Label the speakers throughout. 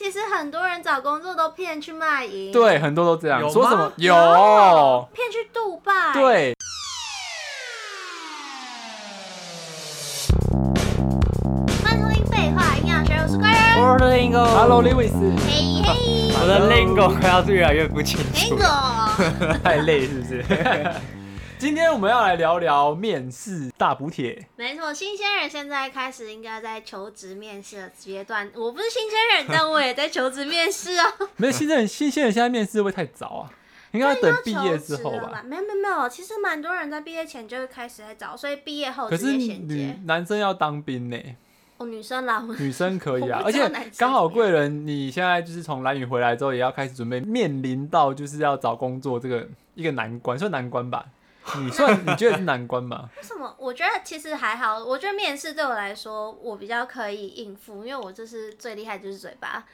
Speaker 1: 其实很多人找工作都骗去卖淫，，
Speaker 2: 对，很多都这样
Speaker 3: 有，
Speaker 2: 说什
Speaker 3: 吗
Speaker 2: 么有，
Speaker 1: 骗去杜拜，，
Speaker 2: 对，
Speaker 1: 欢迎收听废话营养学，我是 Square，
Speaker 2: 哦
Speaker 3: 我的 lingo。
Speaker 2: Hello Lewis，
Speaker 1: 嘿嘿，
Speaker 3: 我的 lingo 要越来越不清
Speaker 1: 苹
Speaker 3: 楚。
Speaker 1: 果，
Speaker 2: 太累是不是？ 今天我们要来聊聊面试大补帖，
Speaker 1: 没错，新鲜人现在开始应该在求职面试的阶段，我不是新鲜人，但我也在求职面试 哦，
Speaker 2: 没有 新鲜人，新鲜人现在面试会不会太早啊？应该要等毕业之后
Speaker 1: 要求职了
Speaker 2: 吧。？
Speaker 1: 没有没有没有，其实蛮多人在毕业前就会开始在找，所以毕业后
Speaker 2: 可
Speaker 1: 直
Speaker 2: 是
Speaker 1: 接衔
Speaker 2: 女
Speaker 1: 接。
Speaker 2: 男生要当兵呢，
Speaker 1: 哦，女生啦，我
Speaker 2: 女生可以 啊，
Speaker 1: 我不
Speaker 2: 而
Speaker 1: 知道
Speaker 2: 且
Speaker 1: 男生
Speaker 2: 刚
Speaker 1: 怎么
Speaker 2: 好贵人，你现在就是从蓝屿回来之后，也要开始准备面临到就是要找工作这个一个难关，算难关吧？你算你觉得是难关 吗？
Speaker 1: 为什么？我觉得其实还好，我觉得面试对我来说，我比较可以应付，因为我就是最厉害就是嘴 巴，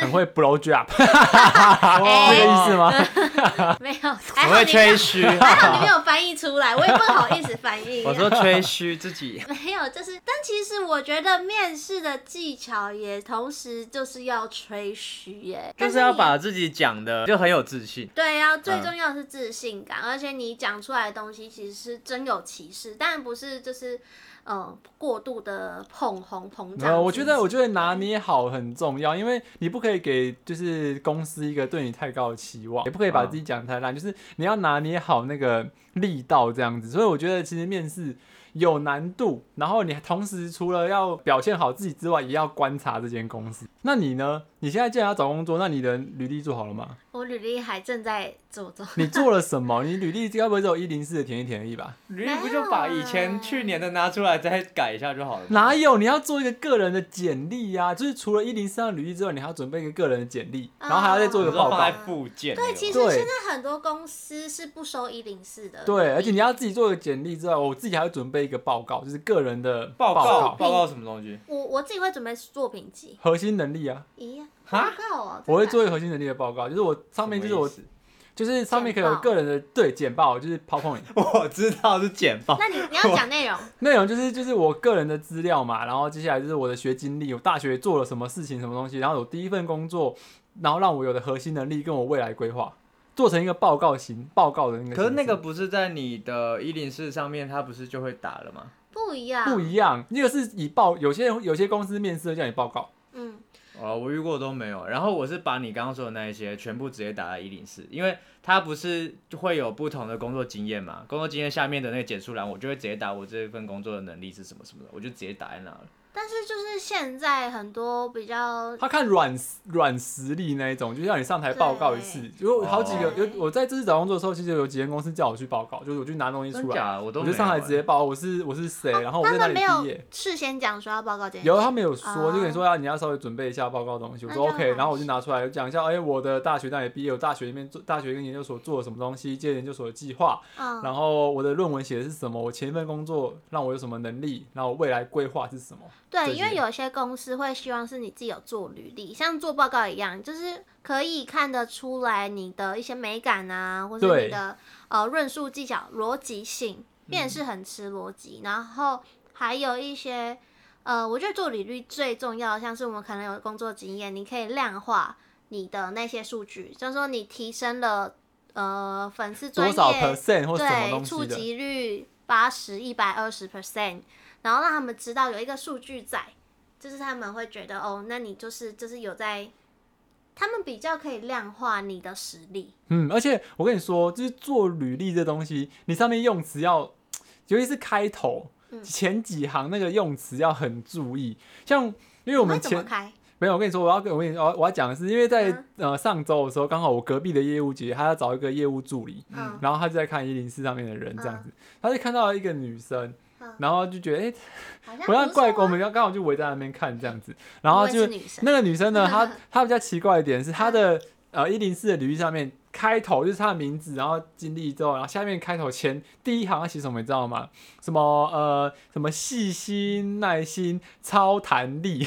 Speaker 2: 很会 blow job
Speaker 1: 哎
Speaker 2: 这个意思吗？
Speaker 1: 没有，还好
Speaker 3: 我会
Speaker 1: 你没有
Speaker 3: 吹嘘。啊
Speaker 1: 还好你没有翻译出来，我也不好意思翻译。
Speaker 3: 我说吹嘘自 己
Speaker 1: 没有，就是，但其实我觉得面试的技巧也同时就是要吹嘘耶，但
Speaker 3: 就是要
Speaker 1: 你
Speaker 3: 把自己讲的就很有自信。
Speaker 1: 对啊，最
Speaker 3: 嗯
Speaker 1: 重要的是自信感，而且你讲出来的东西其实是真有其事，但不是就是呃过度的捧红膨
Speaker 2: 没
Speaker 1: 胀。
Speaker 2: 有，我觉得我觉得拿捏好很重要，因为你不可以给就是公司一个对你太高的期望，也不可以把
Speaker 3: 嗯
Speaker 2: 自己讲得太烂，就是你要拿捏好那个力道这样子。所以我觉得其实面试有难度，然后你同时除了要表现好自己之外，也要观察这间公司。那你呢？你现在既然要找工作，那你的履历做好了吗？
Speaker 1: 我履历还正在做中。
Speaker 2: 你做了什么？你履历该不会只有一零四的填一填而已吧？
Speaker 3: 履
Speaker 1: 历不就把以前去
Speaker 3: 年的拿出来再改一下就好了
Speaker 2: 哪有？你要做一个个人的简历呀、就是除了一零四张履历之外，你还要准备一个个人的简历，然后还要再做一个报告。
Speaker 3: 附件
Speaker 1: 对，其实
Speaker 2: 对
Speaker 1: 现在很多公司是不收一零四的。
Speaker 2: 对，而且你要自己做个简历之外，我自己还会准备一个报告，就是个人的
Speaker 1: 告报告
Speaker 3: 什么东西？
Speaker 1: 我我自己会准备作品集。
Speaker 2: 核心能力啊，
Speaker 1: 咦，报
Speaker 3: 哈
Speaker 1: 告哦，
Speaker 2: 我会
Speaker 1: 真的
Speaker 2: 做一个核心能力的报告，就是我上面就是我
Speaker 3: 什么意思
Speaker 2: 就是上面可以
Speaker 1: 简
Speaker 2: 有
Speaker 1: 报
Speaker 2: 个人的对简报，就是 PowerPoint
Speaker 3: 我知道是简报。
Speaker 1: 那你你要讲内容，
Speaker 2: 内容就是就是我个人的资料嘛，然后接下来就是我的学经历，我大学做了什么事情什么东西，然后我第一份工作，然后让我有的核心能力跟我未来规划，做成一个报告型报告的那个形式。
Speaker 3: 可是那个不是在你的一零四上面，它不是就会打了吗？
Speaker 1: 不一样，
Speaker 2: 不一样，那个是以报，有些人有些公司面试会叫你报告。
Speaker 1: 嗯，
Speaker 3: 哦，我遇过都没有。然后我是把你刚刚说的那一些全部直接打在一零四，因为它不是会有不同的工作经验嘛，工作经验下面的那个简述栏，我就会直接打我这份工作的能力是什么什么的，我就直接打在那了。
Speaker 1: 但是就是现在很多比较
Speaker 2: 他看软软实力那一种，就像你上台报告一次，有好几个
Speaker 1: 哦
Speaker 2: 有我在这次找工作的时候，其实有几间公司叫我去报告，就是我去拿东西
Speaker 3: 真
Speaker 2: 出来，
Speaker 3: 假的？我都
Speaker 2: 我就
Speaker 3: 没有
Speaker 2: 上台
Speaker 3: 欸
Speaker 2: 直接报我是我是谁，然后我
Speaker 1: 哦他
Speaker 2: 在哪
Speaker 1: 们
Speaker 2: 里
Speaker 1: 没
Speaker 2: 毕
Speaker 1: 有
Speaker 2: 业。
Speaker 1: 事先讲说要报告这件事。
Speaker 2: 有他们有说，
Speaker 1: 哦
Speaker 2: 就跟你说要你要稍微准备一下报告的东西。我说
Speaker 1: 那就
Speaker 2: OK，
Speaker 1: 好
Speaker 2: 然后我就拿出来讲一下，哎、我的大学在哪里毕业，我大学里面做大学跟研究所做了什么东西，接研究所的计划，
Speaker 1: 嗯，
Speaker 2: 然后我的论文写的是什么，我前一份工作让我有什么能力，然后我未来规划是什么。这
Speaker 1: 对，因为
Speaker 2: 些
Speaker 1: 有些公司会希望是你自己有做履历，像做报告一样，就是可以看得出来你的一些美感啊，或者
Speaker 2: 对嗯
Speaker 1: 你的呃论述技巧、逻辑性，面试很吃逻辑，然后还有一些呃，我觉得做履历最重要的，像是我们可能有工作经验，你可以量化你的那些数据，就是说你提升了呃粉丝专
Speaker 2: 多
Speaker 1: 业
Speaker 2: 少 percent 或什么
Speaker 1: 对，
Speaker 2: 东
Speaker 1: 触
Speaker 2: 西的，
Speaker 1: 及率八十、一百二十 percent，然后让他们知道有一个数据在，就是他们会觉得哦，那你就是就是有在，他们比较可以量化你的实力。
Speaker 2: 嗯，而且我跟你说，就是做履历这东西，你上面用词要，尤其是开头、
Speaker 1: 嗯
Speaker 2: 前几行那个用词要很注意。像因为
Speaker 1: 我
Speaker 2: 我们
Speaker 1: 哎怎么
Speaker 2: 前
Speaker 1: 开？
Speaker 2: 没有，我跟你说，我要跟我跟你说，我要讲的是，因为在、
Speaker 1: 嗯
Speaker 2: 呃上周的时候，刚好我隔壁的业务姐她要找一个业务助理，
Speaker 1: 嗯
Speaker 2: 然后她就在看一零四上面的人这样子，她就看到一个女生
Speaker 1: 嗯，
Speaker 2: 然后就觉得哎、
Speaker 1: 好像
Speaker 2: 我要
Speaker 1: 不错
Speaker 2: 怪
Speaker 1: 啊
Speaker 2: 我们要刚好就围在那边看这样子，然后
Speaker 1: 我以为
Speaker 2: 就是
Speaker 1: 女生
Speaker 2: 那个女生呢，她她比较奇怪一点是她的呃一零四的履历上面开头就是他的名字，然后经历之后，然后下面开头前第一行要写什么，你知道吗？什么呃什么细心、耐心、超弹力，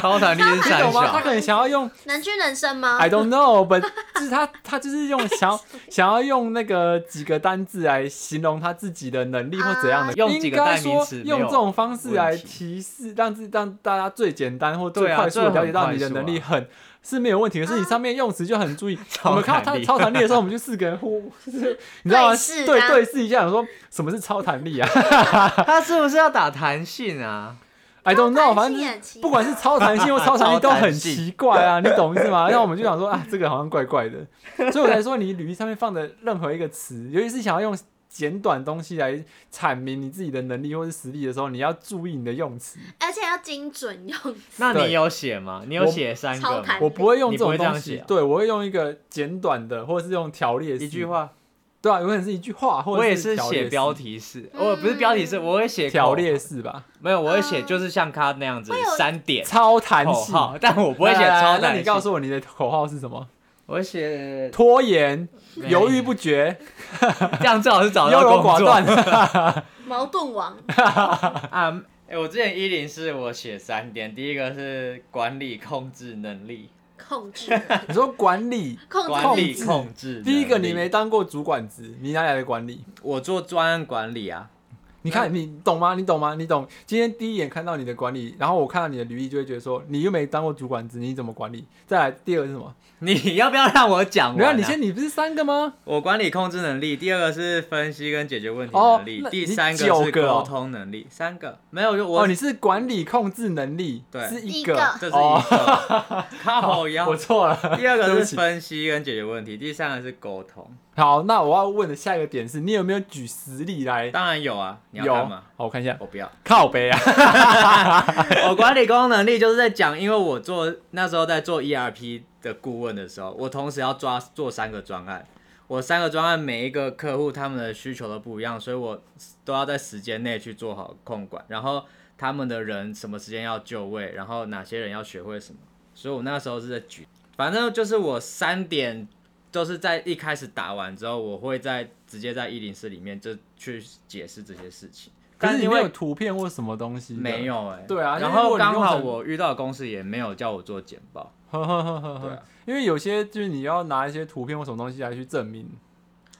Speaker 3: 超弹力是
Speaker 2: 你
Speaker 3: 三
Speaker 2: 懂吗？他
Speaker 3: 小，
Speaker 2: 可能想要用
Speaker 1: 能屈能伸吗？
Speaker 2: I don't know，but 就是他他就是用 想要想要用那个几个单字来形容他自己的能力或怎样
Speaker 1: 啊
Speaker 2: 的，
Speaker 3: 用几
Speaker 2: 应
Speaker 3: 个
Speaker 2: 该
Speaker 3: 代名
Speaker 2: 说
Speaker 3: 词没
Speaker 2: 用这
Speaker 3: 有
Speaker 2: 种方式来
Speaker 3: 问题
Speaker 2: 提示，让自让大家最简单或最
Speaker 3: 对啊
Speaker 2: 快速
Speaker 3: 这
Speaker 2: 的
Speaker 3: 很
Speaker 2: 了解到你的
Speaker 3: 快速
Speaker 2: 能力
Speaker 3: 啊
Speaker 2: 很。是没有问题，可是你上面用词就很 注意。
Speaker 3: 超
Speaker 2: 我们看到
Speaker 3: 弹
Speaker 2: 他
Speaker 3: 力
Speaker 2: 超弹力的时候，我们就四个人呼，就是你知道吗
Speaker 1: 对视？啊
Speaker 2: 对
Speaker 1: 这样
Speaker 2: 对视一下，我说什么是超弹力啊
Speaker 3: 他是不是要打弹性啊？
Speaker 2: ？I don't know，
Speaker 1: 弹
Speaker 2: 反
Speaker 1: 性
Speaker 2: 正
Speaker 1: 很奇
Speaker 2: 不管是超弹 性或超弹力都
Speaker 3: 超
Speaker 2: 很
Speaker 3: 弹性
Speaker 2: 奇怪啊，你懂意思吗？然后我们就想说啊，这个好像怪怪 的，所以我才说你履历上面放的任何一个词，尤其是想要用简短东西来阐明你自己的能力或是实力的时候，你要注意你的用词。
Speaker 1: 而且要精准用词。
Speaker 3: 那
Speaker 2: 对
Speaker 3: 你有写吗？你有
Speaker 2: 我
Speaker 3: 写三
Speaker 1: 超
Speaker 3: 个吗
Speaker 1: 弹？
Speaker 2: 我不会用
Speaker 3: 你
Speaker 2: 这种
Speaker 3: 不会这样
Speaker 2: 东西
Speaker 3: 写啊，
Speaker 2: 对我会用一个简短的，或者是用条列式
Speaker 3: 一句，话，
Speaker 2: 对啊，有可能是一句话，或者
Speaker 3: 我也
Speaker 2: 是
Speaker 3: 是
Speaker 2: 条列
Speaker 3: 写
Speaker 2: 式
Speaker 3: 标题式，
Speaker 1: 嗯
Speaker 3: 我不是标题式，我会写口
Speaker 2: 条列，式吧，
Speaker 3: 没有，我会写
Speaker 1: 嗯
Speaker 3: 就是像他那样子
Speaker 1: 我有
Speaker 3: 三点
Speaker 2: 超弹
Speaker 3: 口
Speaker 2: 性。
Speaker 3: 号，但我不会写
Speaker 2: 来来
Speaker 3: 超
Speaker 2: 来那
Speaker 3: 弹
Speaker 2: 你
Speaker 3: 性
Speaker 2: 告，诉我你的口号是什么？
Speaker 3: 我会写
Speaker 2: 拖延、
Speaker 3: 没
Speaker 2: 犹豫不决、
Speaker 3: 这样最好是找
Speaker 2: 优
Speaker 3: 到
Speaker 2: 柔
Speaker 3: 工
Speaker 2: 寡
Speaker 3: 作
Speaker 2: 断。
Speaker 1: 矛盾 王，
Speaker 3: 啊。哎，我之前一零四我写三点，第一个是管理控制能力，
Speaker 1: 控 制，
Speaker 2: 你说管理，
Speaker 1: 控制
Speaker 3: 管理
Speaker 1: 自己
Speaker 3: 控制。
Speaker 2: 第一个你没，当过主管职，你哪里来的管理？
Speaker 3: 我做专案管理啊，
Speaker 2: 你看，你懂吗？你懂吗？你懂。今天第一眼看到你的管理，然后我看到你的履历，就会觉得说，你又没当过主管职，你怎么管理？再来，第二个是什么？
Speaker 3: 你 要不要让我讲
Speaker 2: 没有，
Speaker 3: 完啊？
Speaker 2: 你先，你不是三个吗？
Speaker 3: 我管理控制能力，第二个是分析跟解决问题
Speaker 2: 哦
Speaker 3: 能力，
Speaker 2: 那
Speaker 3: 第
Speaker 2: 你
Speaker 3: 三个
Speaker 2: 九
Speaker 3: 是
Speaker 2: 个哦
Speaker 3: 沟通能力，三个没有就我、
Speaker 2: 哦，你是管理控制能力，
Speaker 3: 对
Speaker 2: 是
Speaker 1: 一
Speaker 2: 个。
Speaker 1: 个
Speaker 3: 这是一
Speaker 2: 哦
Speaker 3: 个， 哦靠 腰
Speaker 2: 我。错了。
Speaker 3: 第二
Speaker 2: 对
Speaker 3: 个
Speaker 2: 不
Speaker 3: 是
Speaker 2: 起
Speaker 3: 分析跟解决问题，第三个是沟通。
Speaker 2: 好，那我要问的下一个点是你有没有举实例来？
Speaker 3: 当然有啊，你要
Speaker 2: 有，
Speaker 3: 干嘛？
Speaker 2: 好，我看一下，
Speaker 3: 我不要。
Speaker 2: 靠背啊，
Speaker 3: 我管理功能力就是在讲，因为我做那时候在做 E ERP 的顾问的时候，我同时要抓做三个专案，我三个专案每一个客户他们的需求都不一样，所以我都要在时间内去做好控管，然后他们的人什么时间要就位，然后哪些人要学会什么，所以我那时候是在举，反正就是我三点都是在一开始打完之后，我会在直接在一零四里面就去解释这些事情，
Speaker 2: 可
Speaker 3: 但
Speaker 2: 是你
Speaker 3: 是因
Speaker 2: 没
Speaker 3: 为
Speaker 2: 有图片或什么东西，
Speaker 3: 没。有哎、
Speaker 2: 对啊
Speaker 3: 然
Speaker 2: 因为如
Speaker 3: 后
Speaker 2: 果你
Speaker 3: 刚好
Speaker 2: 用成
Speaker 3: 我遇到的公司也没有叫我做简报，
Speaker 2: 呵呵呵呵
Speaker 3: 对
Speaker 2: 呵
Speaker 3: 啊。
Speaker 2: 因为有些就是你要拿一些图片或什么东西来去证明。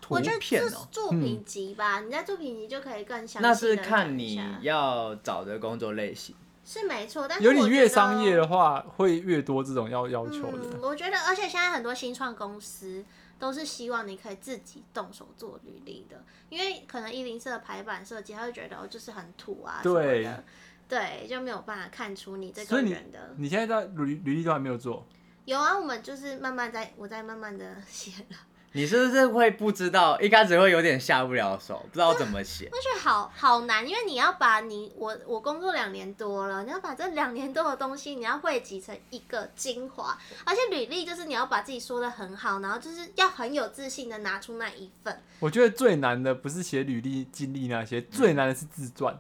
Speaker 1: 我觉得
Speaker 3: 片
Speaker 1: 是
Speaker 3: 哦
Speaker 1: 作
Speaker 2: 嗯
Speaker 1: 品集吧，你在作品集就可以更详细。
Speaker 3: 那是看你
Speaker 1: 啊
Speaker 3: 要找的工作类型。
Speaker 1: 是没错，但是
Speaker 2: 有你
Speaker 1: 我觉
Speaker 2: 越
Speaker 1: 得
Speaker 2: 商业的话，会越多这种要要求
Speaker 1: 嗯，
Speaker 2: 的。
Speaker 1: 我觉得，而且现在很多新创公司都是希望你可以自己动手做履历的，因为可能一零四的排版设计，他会觉得哦，就是很土啊什么
Speaker 2: 对
Speaker 1: 的，对，就没有办法看出你这
Speaker 2: 所
Speaker 1: 个
Speaker 2: 以你
Speaker 1: 人的。
Speaker 2: 你现在在履履历都还没有做，
Speaker 1: 有啊，我们就是慢慢在，我在慢慢的写了，
Speaker 3: 你是不是会不知道？一开始会有点下不了手，不知道怎 么写。
Speaker 1: 我觉得好好难，因为你要把你我我工作两年多了，你要把这两年多的东西，你要汇集成一个精华，而且履历就是你要把自己说的很好，然后就是要很有自信的拿出那一份。
Speaker 2: 我觉得最难的不是写履历、经历那些，最难的是自传。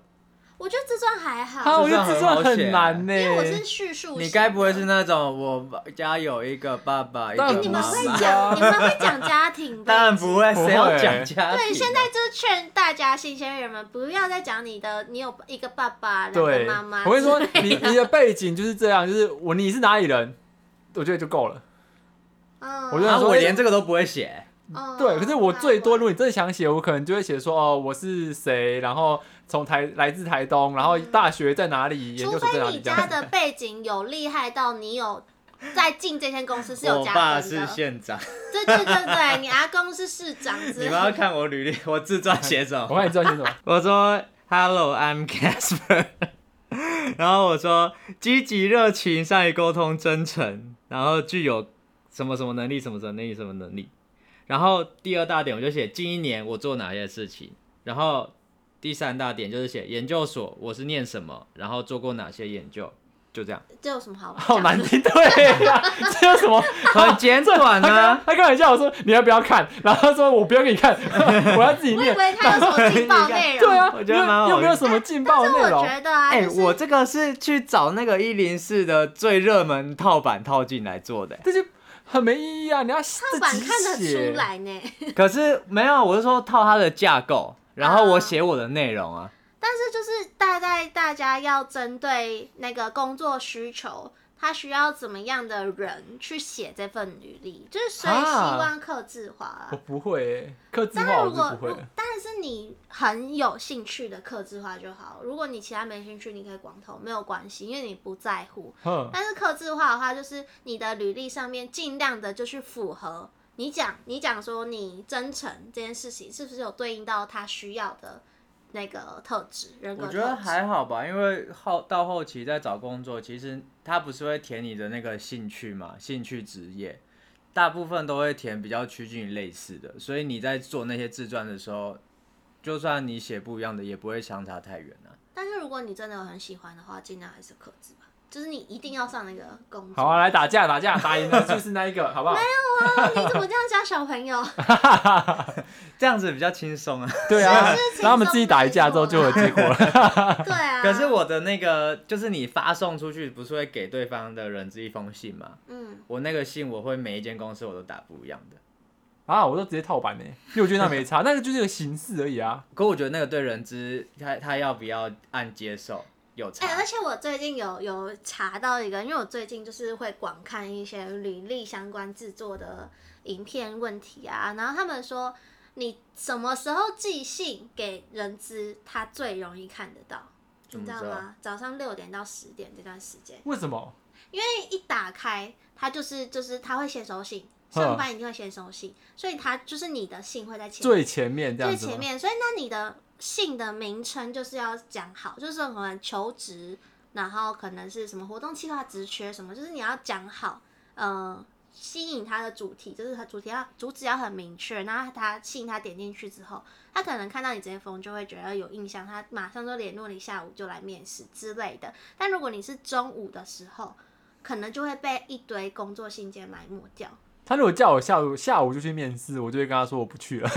Speaker 1: 我觉得自传还好，
Speaker 2: 啊，我觉得
Speaker 3: 自
Speaker 2: 自
Speaker 3: 传很
Speaker 2: 传
Speaker 3: 好写
Speaker 2: 很难呢。
Speaker 1: 因为我是叙述型的。
Speaker 3: 你该不会是那种我家有一个爸爸，一
Speaker 2: 当然
Speaker 3: 个
Speaker 1: 你们
Speaker 3: 妈
Speaker 1: 会
Speaker 3: 妈？
Speaker 1: 讲，你们会讲家庭
Speaker 3: 当然
Speaker 1: 背景
Speaker 3: 不会，
Speaker 2: 不会
Speaker 3: 谁要讲家庭啊？
Speaker 1: 对，现在就劝大家新鲜人们不要再讲你的，你有一个爸爸，两个
Speaker 2: 对，
Speaker 1: 妈 妈。
Speaker 2: 我跟你说
Speaker 1: 之类，
Speaker 2: 你你的背景就是这样，就是我你是哪里人，我觉得就够了。
Speaker 1: 嗯，
Speaker 2: 我就
Speaker 3: 啊，
Speaker 2: 想说
Speaker 3: 我连这个都不会写。
Speaker 1: 嗯
Speaker 2: 对，可是我最多，如
Speaker 1: 嗯
Speaker 2: 果你真的想写，我可能就会写说哦，我是谁，然后从台来自台东，然后大学在哪里，研
Speaker 1: 嗯除
Speaker 2: 究所在
Speaker 1: 非
Speaker 2: 哪
Speaker 1: 你
Speaker 2: 里这
Speaker 1: 家
Speaker 2: 样。
Speaker 1: 的背景有厉害到你有在进这间公司是有
Speaker 3: 我
Speaker 1: 加
Speaker 3: 爸
Speaker 1: 分
Speaker 3: 是
Speaker 1: 的，
Speaker 3: 县长，
Speaker 1: 对对对对，你阿公是市长之
Speaker 3: 你
Speaker 1: 类
Speaker 3: 们要
Speaker 1: 的。
Speaker 3: 看我履历，我自传写什么？
Speaker 2: 我看你知道写 什么？
Speaker 3: 我说 Hello, I'm Casper，然后我说积极、热情、善于沟通、真诚，然后具有什么什么能力、什么什么能力、什么能力。然后第二大点我就写近一年我做哪些事情，然后第三大点就是写研究所我是念什么，然后做过哪些研究，就这样，
Speaker 1: 这有什么好？
Speaker 2: 好难。听，啊对呀、这有什 么？
Speaker 3: 很简短
Speaker 2: 他刚
Speaker 3: 啊。
Speaker 2: 他刚才叫我说你要不要看，然后他说我不要给你看， 我要自己
Speaker 1: 我以
Speaker 2: 念。
Speaker 1: 为他有什么劲爆内容？
Speaker 2: 对啊，
Speaker 3: 我觉得蛮好
Speaker 2: 又又没有什么劲爆
Speaker 1: 但
Speaker 2: 的
Speaker 1: 是我
Speaker 2: 内容。
Speaker 1: 觉得啊，
Speaker 3: 哎、
Speaker 1: 就是
Speaker 3: 我这个是去找那个一零四的最热门套版套进来做的、
Speaker 2: 这就很没意义啊！你要自
Speaker 1: 套板
Speaker 2: 己
Speaker 1: 看得
Speaker 2: 写
Speaker 1: 出，来呢。
Speaker 3: 可是没有，啊我是说套它的架构，然后
Speaker 1: 啊
Speaker 3: 我写我的内容啊。
Speaker 1: 但是就是大概大家要针对那个工作需求，他需要怎么样的人去写这份履历，就是谁希望刻字化、啊
Speaker 2: 我不会欸，刻字
Speaker 1: 当
Speaker 2: 化
Speaker 1: 然，
Speaker 2: 我
Speaker 1: 如
Speaker 2: 是
Speaker 1: 果
Speaker 2: 不会
Speaker 1: 如
Speaker 2: 的。
Speaker 1: 但是你很有兴趣的刻字化就好。如果你其他没兴趣，你可以光头没有关系，因为你不在乎。
Speaker 2: 哼，
Speaker 1: 但是刻字化的话，就是你的履历上面尽量的就去符合你讲你讲说你真诚这件事情，是不是有对应到他需要的那个特质人格
Speaker 3: 我
Speaker 1: 特
Speaker 3: 觉
Speaker 1: 质？
Speaker 3: 得还好吧，因为后到后期在找工作，其实他不是会填你的那个兴趣嘛，兴趣职业，大部分都会填比较趋近于类似的，所以你在做那些自传的时候，就算你写不一样的，也不会相差太远啊。
Speaker 1: 但是如果你真的有很喜欢的话，尽量还是克制吧。就是你一定要上那个工作。
Speaker 2: 好啊，来打架打架，打赢的就是那一个，好不好？
Speaker 1: 啊你怎么这样教小朋 友？
Speaker 2: 哎
Speaker 3: 这样子比较轻松啊。
Speaker 2: 对啊
Speaker 1: 是是，轻
Speaker 2: 然后他们
Speaker 1: 松
Speaker 2: 自己打一架之后
Speaker 1: 没
Speaker 2: 就有
Speaker 1: 错
Speaker 2: 结果了。
Speaker 1: 啊 对啊。
Speaker 3: 可是，我的那个就是你发送出去，不是会给对方的人这一封信吗？
Speaker 1: 嗯，
Speaker 3: 我那个信我会每一间公司我都打不一样的，
Speaker 2: 啊，我都直接套版呢，因为我觉得那没差，那个就是个形式而已啊。
Speaker 3: 可我觉得那个对人资他他要不要按接受有差。
Speaker 1: 哎、而且我最近有有查到一个，因为我最近就是会广看一些履历相关制作的影片问题啊，然后他们说你什么时候寄信给人资，他最容易看得到，
Speaker 3: 怎
Speaker 1: 你
Speaker 3: 么
Speaker 1: 知道
Speaker 3: 知道
Speaker 1: 吗？早上六点到十点这段时间。
Speaker 2: 为什么？
Speaker 1: 因为一打开，它就是就是它会先收信，
Speaker 2: 嗯
Speaker 1: 上班一定会先收信，所以它就是你的信会在前
Speaker 2: 最前面这样
Speaker 1: 最
Speaker 2: 子吗
Speaker 1: 前？面，所以那你的信的名称就是要讲好，就是可能求职，然后可能是什么活动计划、职缺什么，就是你要讲好，呃，吸引他的主题，就是他主题要主旨要很明确，然后他吸引他点进去之后，他可能看到你这些封就会觉得有印象，他马上就联络你，下午就来面试之类的。但如果你是中午的时候，可能就会被一堆工作信件埋没掉。
Speaker 2: 他如果叫我下午下午就去面试，我就会跟他说我不去了。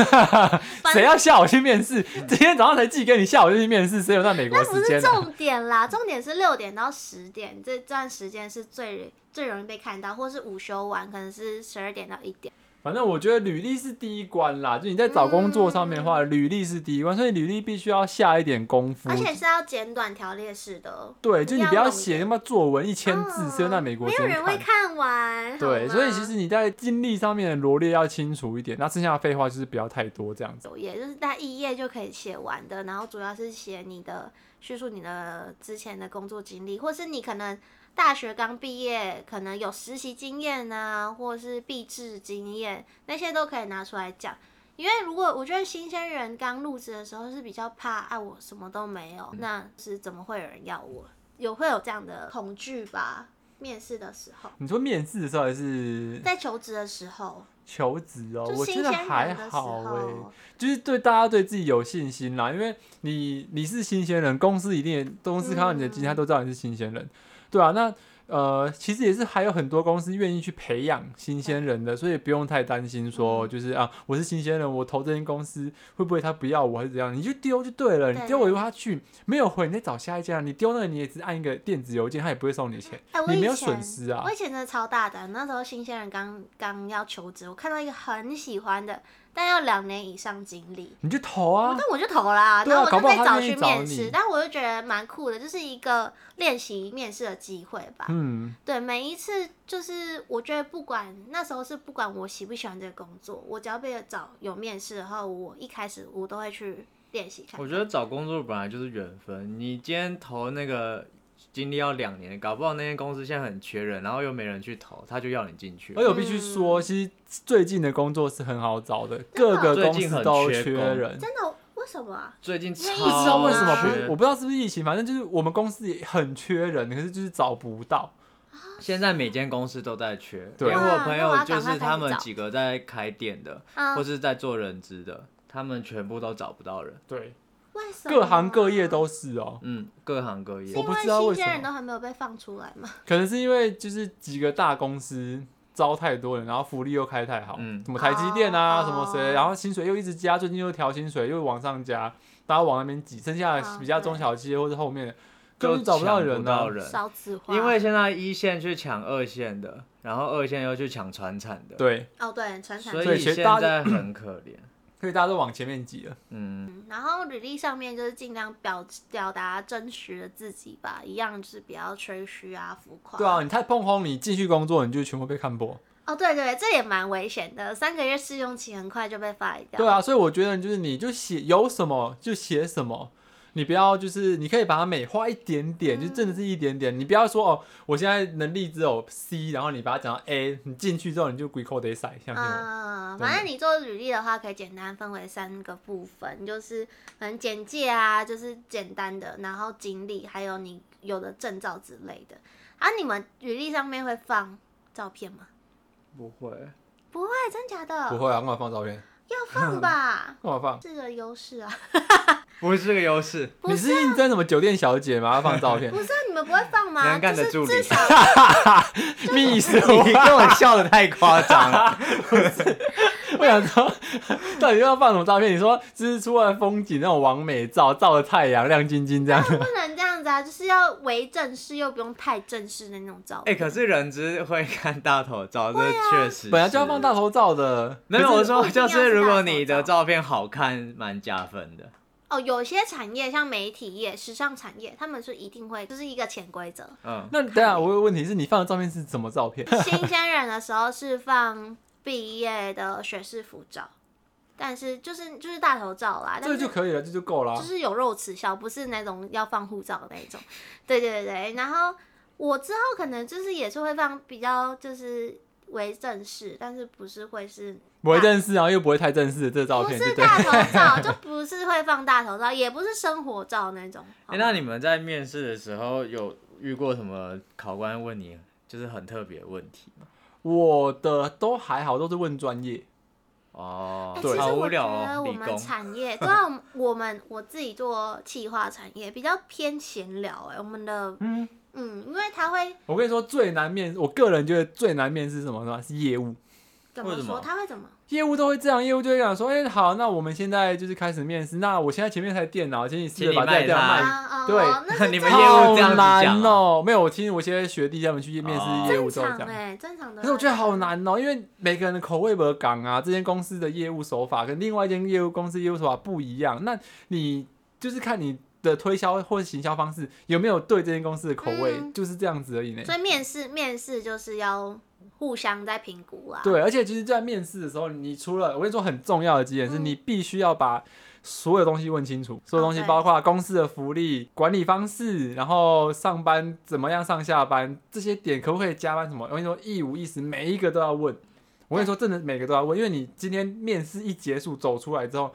Speaker 1: 反
Speaker 2: 谁要下午去 面试？今天早上才寄给你，下午就去面试，谁有那美国
Speaker 1: 那不
Speaker 2: 时
Speaker 1: 是
Speaker 2: 间呢、啊
Speaker 1: 重点啦， 重点是六点到十点这段时间是最最容易被看到，或是午休完可能是十二点到一点。
Speaker 2: 反正我觉得履历是第一关啦，就你在找工作上面的话，履历是第一关，所以履历必须要下一点功夫
Speaker 1: 嗯而。且是要简短条列式的，
Speaker 2: 对，就你不
Speaker 1: 一定要弄
Speaker 2: 要写那么作文一千字，
Speaker 1: 嗯
Speaker 2: 谁有那美国
Speaker 1: 没
Speaker 2: 时
Speaker 1: 有
Speaker 2: 间
Speaker 1: 人会看完。
Speaker 2: 对，
Speaker 1: 好吗
Speaker 2: 所以其实你在经历上面的罗列要清楚一点，那剩下的废话就是不要太多这样子。
Speaker 1: 九页就是在一页就可以写完的，然后主要是写你的叙述你的之前的工作经历，或是你可能大学刚毕业，可能有实习经验啊，或是毕制经验，那些都可以拿出来讲。因为如果我觉得新鲜人刚入职的时候是比较怕，啊，我什么都没
Speaker 2: 嗯
Speaker 1: 有，那是怎么会有人要我？有会有这样的恐惧吧？面试的时候，
Speaker 2: 你说面试的时候还是
Speaker 1: 在求职的时候，
Speaker 2: 求职哦、
Speaker 1: 就
Speaker 2: 我觉
Speaker 1: 新
Speaker 2: 得
Speaker 1: 鲜人
Speaker 2: 还
Speaker 1: 的时
Speaker 2: 好哎、
Speaker 1: 候，
Speaker 2: 就是对大家对自己有信心啦，因为你你是新鲜人，公司一定也公司看到你的
Speaker 1: 嗯
Speaker 2: 经历，他都知道你是新鲜人，对啊，那呃，其实也是还有很多公司愿意去培养新鲜人的，所以不用太担心
Speaker 1: 嗯
Speaker 2: 说就是啊，我是新鲜人，我投这间公司会不会他不要我还是怎样，你就丢就对了，你
Speaker 1: 对
Speaker 2: 丢我就他去，没有回你再找下一家，你丢那个你也只按一个电子邮件，他也不会送你钱，
Speaker 1: 哎、我
Speaker 2: 你
Speaker 1: 以
Speaker 2: 没有
Speaker 1: 前
Speaker 2: 损失啊
Speaker 1: 我，以前真的超大胆，那时候新鲜人刚刚要求职，我看到一个很喜欢的，但要两年以上经历，
Speaker 2: 你就投啊
Speaker 1: 但，我就投啦，
Speaker 2: 对
Speaker 1: 然
Speaker 2: 啊
Speaker 1: 后我就
Speaker 2: 搞不好
Speaker 1: 被
Speaker 2: 他
Speaker 1: 找
Speaker 2: 愿意
Speaker 1: 去
Speaker 2: 找
Speaker 1: 面
Speaker 2: 你
Speaker 1: 试，但我就觉得蛮酷的，就是一个练习面试的机会吧。
Speaker 2: 嗯，
Speaker 1: 对，每一次就是我觉得不管那时候是不管我喜不喜欢这个工作，我只要被找有面试的话，我一开始我都会去练习看看。
Speaker 2: 哦
Speaker 3: 我觉得找工作本来就是缘分，你今天投那个经历要两年，搞不好那间公司现在很缺人，然后又没人去投，他就要你进去
Speaker 2: 而。且我必须说，
Speaker 1: 嗯
Speaker 2: 其实最近的工作是很好找的，各
Speaker 1: 啊
Speaker 2: 个公司都缺人。
Speaker 1: 真的为什么啊？
Speaker 3: 最近
Speaker 1: 因为
Speaker 3: 超
Speaker 1: 疫
Speaker 2: 不知道为什么
Speaker 1: 啊
Speaker 2: 不
Speaker 3: 缺，
Speaker 2: 我不知道是不是疫情，反正就是我们公司也很缺人，可是就是找不到。
Speaker 3: 现在每间公司都在缺。
Speaker 2: 对
Speaker 3: 因为我朋友
Speaker 1: 哇那我
Speaker 3: 就
Speaker 1: 要赶快
Speaker 3: 是他
Speaker 1: 开
Speaker 3: 们
Speaker 1: 始找
Speaker 3: 几个在开店的，
Speaker 1: 啊
Speaker 3: 或，是在做人资的，他们全部都找不到人。
Speaker 2: 对，
Speaker 1: 为什么啊？
Speaker 2: 各行各业都是哦、
Speaker 3: 嗯，各行各业
Speaker 1: 是
Speaker 2: 我
Speaker 1: 因。
Speaker 2: 不
Speaker 1: 为
Speaker 2: 知道为
Speaker 1: 新
Speaker 2: 什
Speaker 1: 鲜
Speaker 2: 么
Speaker 1: 人都还没有被放出来吗？
Speaker 2: 可能是因为就是几个大公司招太多人，然后福利又开太好，
Speaker 3: 嗯
Speaker 2: 什么台积电啊，
Speaker 1: 哦
Speaker 2: 什么谁，然后薪水又一直加，最近又调薪水又往上加，大家往那边挤，剩下
Speaker 1: 哦
Speaker 2: 的比较中小企业或者后面的根
Speaker 3: 就
Speaker 2: 本找不到
Speaker 3: 抢
Speaker 2: 人啊
Speaker 3: 到人
Speaker 1: 少子化，
Speaker 3: 因为现在一线去抢二线的，然后二线又去抢传产的，
Speaker 2: 对，
Speaker 1: 哦对，传产
Speaker 3: 所
Speaker 2: 所以
Speaker 3: 以
Speaker 2: 其实
Speaker 3: 现
Speaker 2: 大
Speaker 3: 在很可怜。
Speaker 2: 所以大家都往前面挤了。
Speaker 3: 嗯，
Speaker 1: 嗯然后履历上面就是尽量表表达真实的自己吧，一样就是不要吹嘘啊、浮夸。
Speaker 2: 对啊，你太碰轰，你继续工作，你就全部被看破。
Speaker 1: 哦对对，这也蛮危险的，三个月试用期很快就被 fire 掉。
Speaker 2: 对啊，所以我觉得就是你就写有什么就写什么，你不要就是你可以把它美化一点点，就
Speaker 1: 嗯
Speaker 2: 真的是一点点。你不要说哦，我现在能力只有 C，然后你把它讲到 A，你进去之后你就鬼扣得塞，相信我。
Speaker 1: 嗯，
Speaker 2: 对
Speaker 1: 反正你做履历的话，可以简单分为三个部分，就是可能简介啊，就是简单的，然后经历，还有你有的证照之类的。啊，你们履历上面会放照片吗？
Speaker 3: 不会，
Speaker 1: 不会，真假的？
Speaker 2: 不，会啊，干嘛放照片？，
Speaker 1: 要放吧
Speaker 2: 干嘛放？
Speaker 1: 是个优势啊。
Speaker 3: 不是个优势。
Speaker 1: 不啊
Speaker 2: 你是应征什么酒店小姐吗？要放照片
Speaker 1: 不？是啊，你们不会放 吗？
Speaker 3: 能干的助理
Speaker 1: 就是至少啊
Speaker 2: 秘书，啊
Speaker 3: 你跟我笑的太夸张了。
Speaker 2: 我想说，到底要放什么照片？你说就是出外风景那种完美照，照的太阳亮晶晶这样。
Speaker 1: 不能这样子啊，就是要为正式又不用太正式的那种照
Speaker 3: 哎、
Speaker 1: 片。
Speaker 3: 可是人只会看大头照，这确实、
Speaker 2: 本来就要放大。头照的，
Speaker 3: 没有，
Speaker 2: 可
Speaker 3: 我
Speaker 2: 是
Speaker 1: 不
Speaker 3: 说
Speaker 1: 一定
Speaker 3: 就
Speaker 1: 要
Speaker 3: 是
Speaker 1: 啊是
Speaker 3: 如
Speaker 1: 大
Speaker 3: 果
Speaker 1: 头
Speaker 3: 你
Speaker 1: 照
Speaker 3: 的照片好看，蛮加分的。
Speaker 1: 哦，有些产业像媒体业、时尚产业，他们是一定会，就是一个潜规则。
Speaker 3: 嗯，
Speaker 2: 那等一下我有个问题是你放的照片是什么照片？
Speaker 1: 新鲜人的时候是放毕业的学士服照，但是就是就是大头照啦，
Speaker 2: 这
Speaker 1: 啊但
Speaker 2: 个
Speaker 1: 是
Speaker 2: 就可以了，这就够了
Speaker 1: 就
Speaker 2: 啊。
Speaker 1: 是有肉吃笑，不是那种要放护照的那一种。对对对对，然后我之后可能就是也是会放比较就是为正式，但是不是会是
Speaker 2: 不会正式，然后又不会太正式的这个照
Speaker 1: 啊不
Speaker 2: 片，对
Speaker 1: 是
Speaker 2: 不对？
Speaker 1: 大头照，就不是会放大头照，也不是生活照那种。
Speaker 3: 哎、那你们在面试的时候有遇过什么考官问你就是很特别的问题吗？
Speaker 2: 我的都还好，都是问专业。
Speaker 3: 哦，
Speaker 1: 哎其实
Speaker 3: 好
Speaker 1: 我
Speaker 3: 无聊
Speaker 1: 觉得
Speaker 3: 哦，
Speaker 1: 我
Speaker 3: 理
Speaker 1: 们
Speaker 3: 工。
Speaker 1: 产业，对啊，我们我们我自己做企划产业比较偏闲聊、哎，我们的
Speaker 2: 嗯，
Speaker 1: 嗯，因为他会
Speaker 2: 我跟你说最难面，我个人觉得最难面是什么呢？是业务。
Speaker 1: 怎
Speaker 3: 为
Speaker 1: 么
Speaker 3: 什
Speaker 1: 说？
Speaker 3: 么
Speaker 1: 他会怎么？
Speaker 2: 业务都会这样，业务就会讲说，哎、好，那我们现在就是开始面试。那我现在前面台电脑，请你试着把这台电脑
Speaker 3: 请
Speaker 1: 啊
Speaker 3: 你哎
Speaker 2: 卖
Speaker 1: 啊，
Speaker 2: 对
Speaker 1: 哦那是
Speaker 3: 你
Speaker 1: 正
Speaker 3: 们业务
Speaker 2: 好
Speaker 3: 这样子讲
Speaker 2: 难
Speaker 3: 哦、
Speaker 2: 哦、没有，我听我些学弟他们去面
Speaker 3: 哦
Speaker 2: 试业务
Speaker 1: 正
Speaker 2: 都
Speaker 1: 常
Speaker 2: 这样。
Speaker 1: 哎、正常的。
Speaker 2: 可是我觉得好。难哦、因为每个人的口味不港啊，这间公司的业务手法跟另外一间业务公司业务手法不一样。那你就是看你的推销或者行销方式有没有对这间公司的口味，
Speaker 1: 嗯
Speaker 2: 就是这样子而已呢。
Speaker 1: 所以面试面试就是要互相在评估啊。
Speaker 2: 对，而且其实，在面试的时候，你除了我跟你说很重要的几点是，
Speaker 1: 嗯哦
Speaker 2: 你必须要把所有东西问清楚，所有东西
Speaker 1: 对
Speaker 2: 包括公司的福利、管理方式，然后上班怎么样、上下班这些点，可不可以加班什么？我跟你说一五一十，每一个都要问。我跟你说，真的每个都要问，因为你今天面试一结束走出来之后，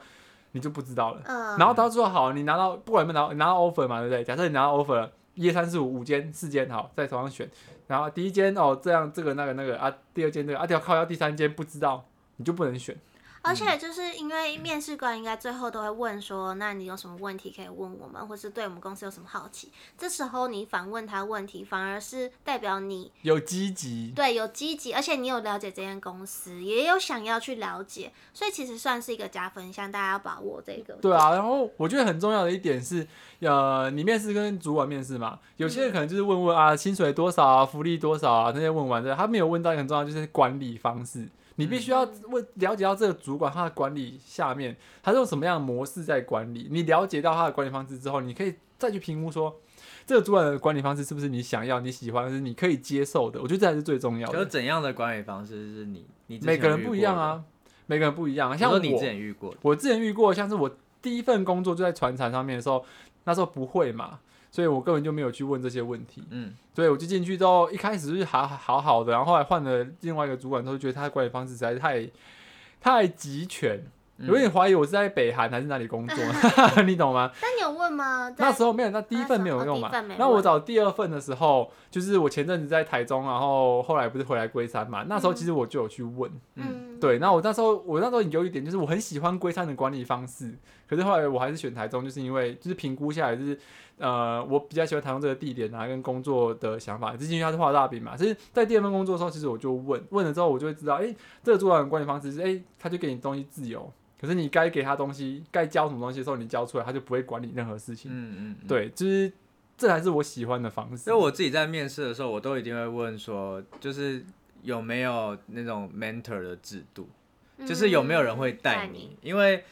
Speaker 2: 你就不知道了。
Speaker 1: 嗯，
Speaker 2: 然后到最后好，你拿到不管有没有拿到，你拿到 offer 嘛，对不对？假设你拿到 offer 了，一二三四五五间四间好，在手上选，然后第一间哦这样这个那个那个啊，第二间这个啊，要靠要第三间不知道，你就不能选。
Speaker 1: 而
Speaker 3: 嗯
Speaker 1: 且就是因为面试官应该最后都会问说，那你有什么问题可以问我们，或是对我们公司有什么好奇？这时候你反问他问题，反而是代表你
Speaker 2: 有积极，
Speaker 1: 对有积极，而且你有了解这间公司，也有想要去了解，所以其实算是一个加分项，大家要把握这个。
Speaker 2: 对，啊。然后我觉得很重要的一点是，呃，你面试跟主管面试嘛，有些人可能就是问问啊，薪水多少啊，福利多少啊，那些问完之后，他没有问到一个很重要的就是管理方式。你必须要
Speaker 3: 嗯
Speaker 2: 问了解到这个主管他的管理下面他是用什么样的模式在管理？你了解到他的管理方式之后，你可以再去评估说，这个主管的管理方式是不是你想要、你喜欢、是你可以接受的？我觉得这才是最重要
Speaker 3: 就是
Speaker 2: 的。
Speaker 3: 怎样的管理方式是你你之前
Speaker 2: 每个人
Speaker 3: 遇
Speaker 2: 不
Speaker 3: 过
Speaker 2: 一样
Speaker 3: 的？
Speaker 2: 啊，每个人不一样啊。
Speaker 3: 你
Speaker 2: 像
Speaker 3: 说
Speaker 2: 我，
Speaker 3: 你之前遇过的，
Speaker 2: 我之前遇过，像是我第一份工作就在船厂上面的时候，那时候不会嘛，所以我根本就没有去问这些问题。
Speaker 3: 嗯，
Speaker 2: 对，我就进去之后，一开始是好好好的，然后后来换了另外一个主管，之后觉得他的管理方式实在是太太集权，
Speaker 3: 嗯
Speaker 2: 有点怀疑我是在北韩还是哪里工 作，你懂吗？
Speaker 1: 但你有问吗？
Speaker 2: 那
Speaker 1: 在
Speaker 2: 时候没有，那第一份没有
Speaker 1: 那
Speaker 2: 用
Speaker 1: 时候哦
Speaker 2: 嘛
Speaker 1: 第一份没。用
Speaker 2: 那我找第二份的时候，就是我前阵子在台中，然后后来不是回来龟山嘛。那时候其实我就有去问，
Speaker 1: 嗯，
Speaker 2: 对。那我那时候我那时候有一点就是我很喜欢龟山的管理方式，可是后来我还是选台中，就是因为就是评估下来就是呃我比较喜欢台中这个地点啊，跟工作的想法。之前他是画大饼嘛，就是在第二份工作的时候，其实我就问问了之后，我就会知道，哎、这个主管的管理方式是，哎、他就给你东西自由。可是你该给他东西，该教什么东西的时候，你教出来，他就不会管你任何事情。
Speaker 3: 嗯嗯，嗯，
Speaker 2: 对，就是这才是我喜欢的方式
Speaker 3: 因为。我自己在面试的时候，我都一定会问说，就是有没有那种 mentor 的制度，就是有没有人会嗯
Speaker 1: 嗯
Speaker 3: 带你？因为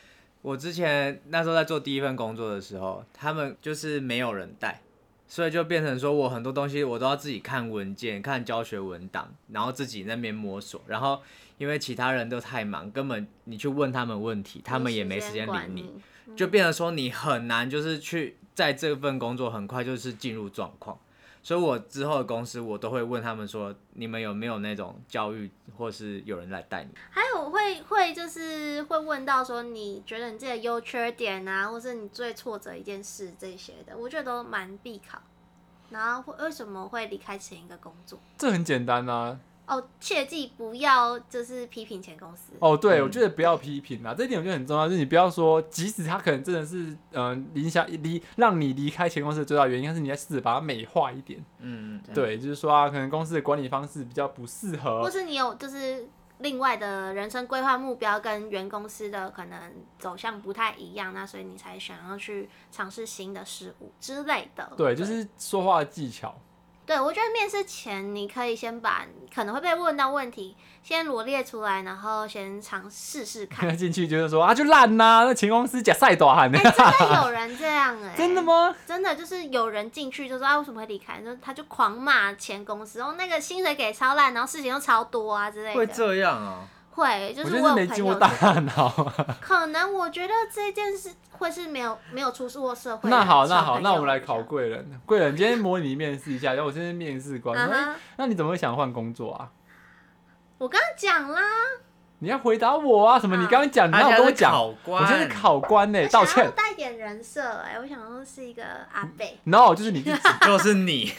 Speaker 3: 我之前那时候在做第一份工作的时候，他们就是没有人带，所以就变成说我很多东西我都要自己看文件、看教学文档，然后自己那边摸索。然后因为其他人都太忙，根本你去问他们问题，他们也没时间理
Speaker 1: 管
Speaker 3: 你，。就变成说你很难就是去在这份工作很快就是进入状况。所以我之后的公司我都会问他们说，你们有没有那种教育或是有人来带你？
Speaker 1: 还有会会就是会问到说，你觉得你自己的优缺点啊，或是你最挫折一件事这些的，我觉得都蛮必考。然后会为什么会离开前一个工作？
Speaker 2: 这很简单啊。
Speaker 1: 哦，切记不要就是批评前公司。
Speaker 2: 哦，对，
Speaker 3: 嗯
Speaker 2: 我觉得不要批评啊，这一点我觉得很重要，就是你不要说，即使他可能真的是嗯影响离让你离开前公司的最大原因，但是你要试着把它美化一点。
Speaker 3: 嗯，嗯，
Speaker 2: 对，就是说啊，可能公司的管理方式比较不适
Speaker 1: 或
Speaker 2: 合。
Speaker 1: 是你有就是另外的人生规划目标跟原公司的可能走向不太一样，那所以你才想要去尝试新的事物之类的。
Speaker 2: 对，就是说话的技巧。
Speaker 1: 对，我觉得面试前你可以先把可能会被问到问题先罗列出来，然后先尝试试 看。
Speaker 2: 进去就是说啊，就烂呐、那前公司假赛多喊的
Speaker 1: 哎、。真的有人这样哎、
Speaker 2: 真的？吗？
Speaker 1: 真的就是有人进去就说啊，为什么会离开？就他就狂骂前公司，然后哦那个薪水给超烂，然后事情又超多啊之类的。
Speaker 3: 会这样哦、
Speaker 1: 会就
Speaker 2: 我
Speaker 1: 是
Speaker 2: 觉
Speaker 1: 我
Speaker 2: 得是
Speaker 1: 有
Speaker 2: 没
Speaker 1: 朋
Speaker 2: 经过
Speaker 1: 友
Speaker 2: 大
Speaker 1: 是
Speaker 2: 脑啊。
Speaker 1: 可能我觉得这件事会是没有没有出过社会的
Speaker 2: 那好，
Speaker 1: 小
Speaker 2: 那好，
Speaker 1: 啊朋
Speaker 2: 那我
Speaker 1: 友
Speaker 2: 们来
Speaker 1: 这
Speaker 2: 考
Speaker 1: 样。
Speaker 2: 贵人。贵人，今天模拟面试一下，然后我现在面试官
Speaker 1: 嗯
Speaker 2: 说、哎
Speaker 1: 哼，
Speaker 2: 那你怎么会想换工作啊？
Speaker 1: 我刚刚讲啦，
Speaker 2: 你要回答我啊！什么？
Speaker 1: 好
Speaker 2: 你刚刚讲，你哪有
Speaker 3: 他
Speaker 2: 跟我
Speaker 3: 现在是
Speaker 2: 讲？
Speaker 3: 考官，
Speaker 2: 我现在是 考官呢、
Speaker 1: 我
Speaker 2: 哎道
Speaker 1: 想要
Speaker 2: 歉。
Speaker 1: 带一点人设哎、我想要是一个阿贝。
Speaker 2: No，就是你自己。
Speaker 3: 就是 你，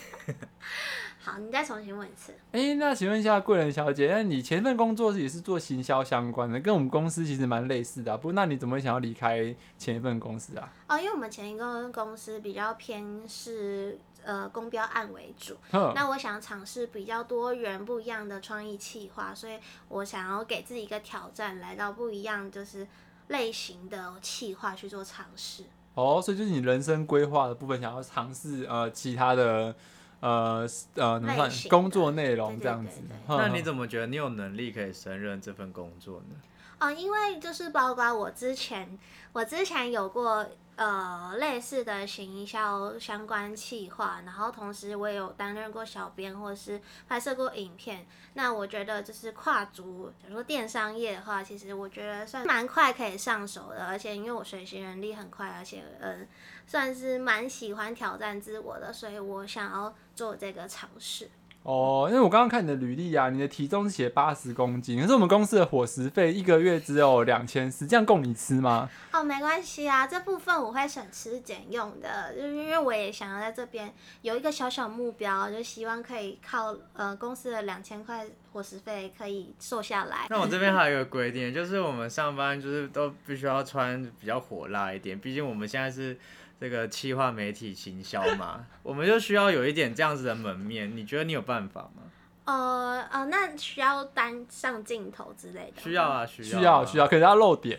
Speaker 1: 好，你再重新问一次。
Speaker 2: 哎、那请问一下贵人小姐，那你前份工作是也是做行销相关的，跟我们公司其实蛮类似的、啊。不，那你怎么会想要离开前一份公司啊？
Speaker 1: 哦，因为我们前一个公司比较偏是呃公标案为主，
Speaker 2: 哼，
Speaker 1: 那我想尝试比较多元不一样的创意企划，所以我想要给自己一个挑战，来到不一样就是类型的企划去做尝试。
Speaker 2: 哦，所以就是你人生规划的部分，想要尝试呃其他的呃呃怎么算
Speaker 1: 类型的
Speaker 2: 工作内容这样子
Speaker 1: 对对对。
Speaker 2: 哼
Speaker 3: 那你
Speaker 2: 哼
Speaker 3: 怎么觉得你有能力可以胜任这份工作呢？
Speaker 1: 哦，因为就是包括我之前，我之前有过呃类似的行销相关企划，然后同时我也有担任过小编或是拍摄过影片。那我觉得就是跨足，假如说电商业的话，其实我觉得算蛮快可以上手的，而且因为我学习能力很快，而且嗯、呃算是蛮喜欢挑战自我的，所以我想要做这个尝试。
Speaker 2: 哦，因为我刚刚看你的履历啊，你的体重是写八十公斤，可是我们公司的伙食费一个月只有两千四，这样够你吃吗？
Speaker 1: 哦，没关系啊，这部分我会省吃俭用的，就是因为我也想要在这边有一个小小目标，就希望可以靠呃公司的两千块伙食费可以瘦下来。
Speaker 3: 那我这边还有一个规定， 就是我们上班就是都必须要穿比较火辣一点，毕竟我们现在是这个企划媒体行销嘛，我们就需要有一点这样子的门面。你觉得你有办法吗？
Speaker 1: 呃呃，那需要单上镜头之类的。
Speaker 3: 需要。啊，需要、
Speaker 2: 需要需
Speaker 3: 要。
Speaker 2: 要，可是要露点。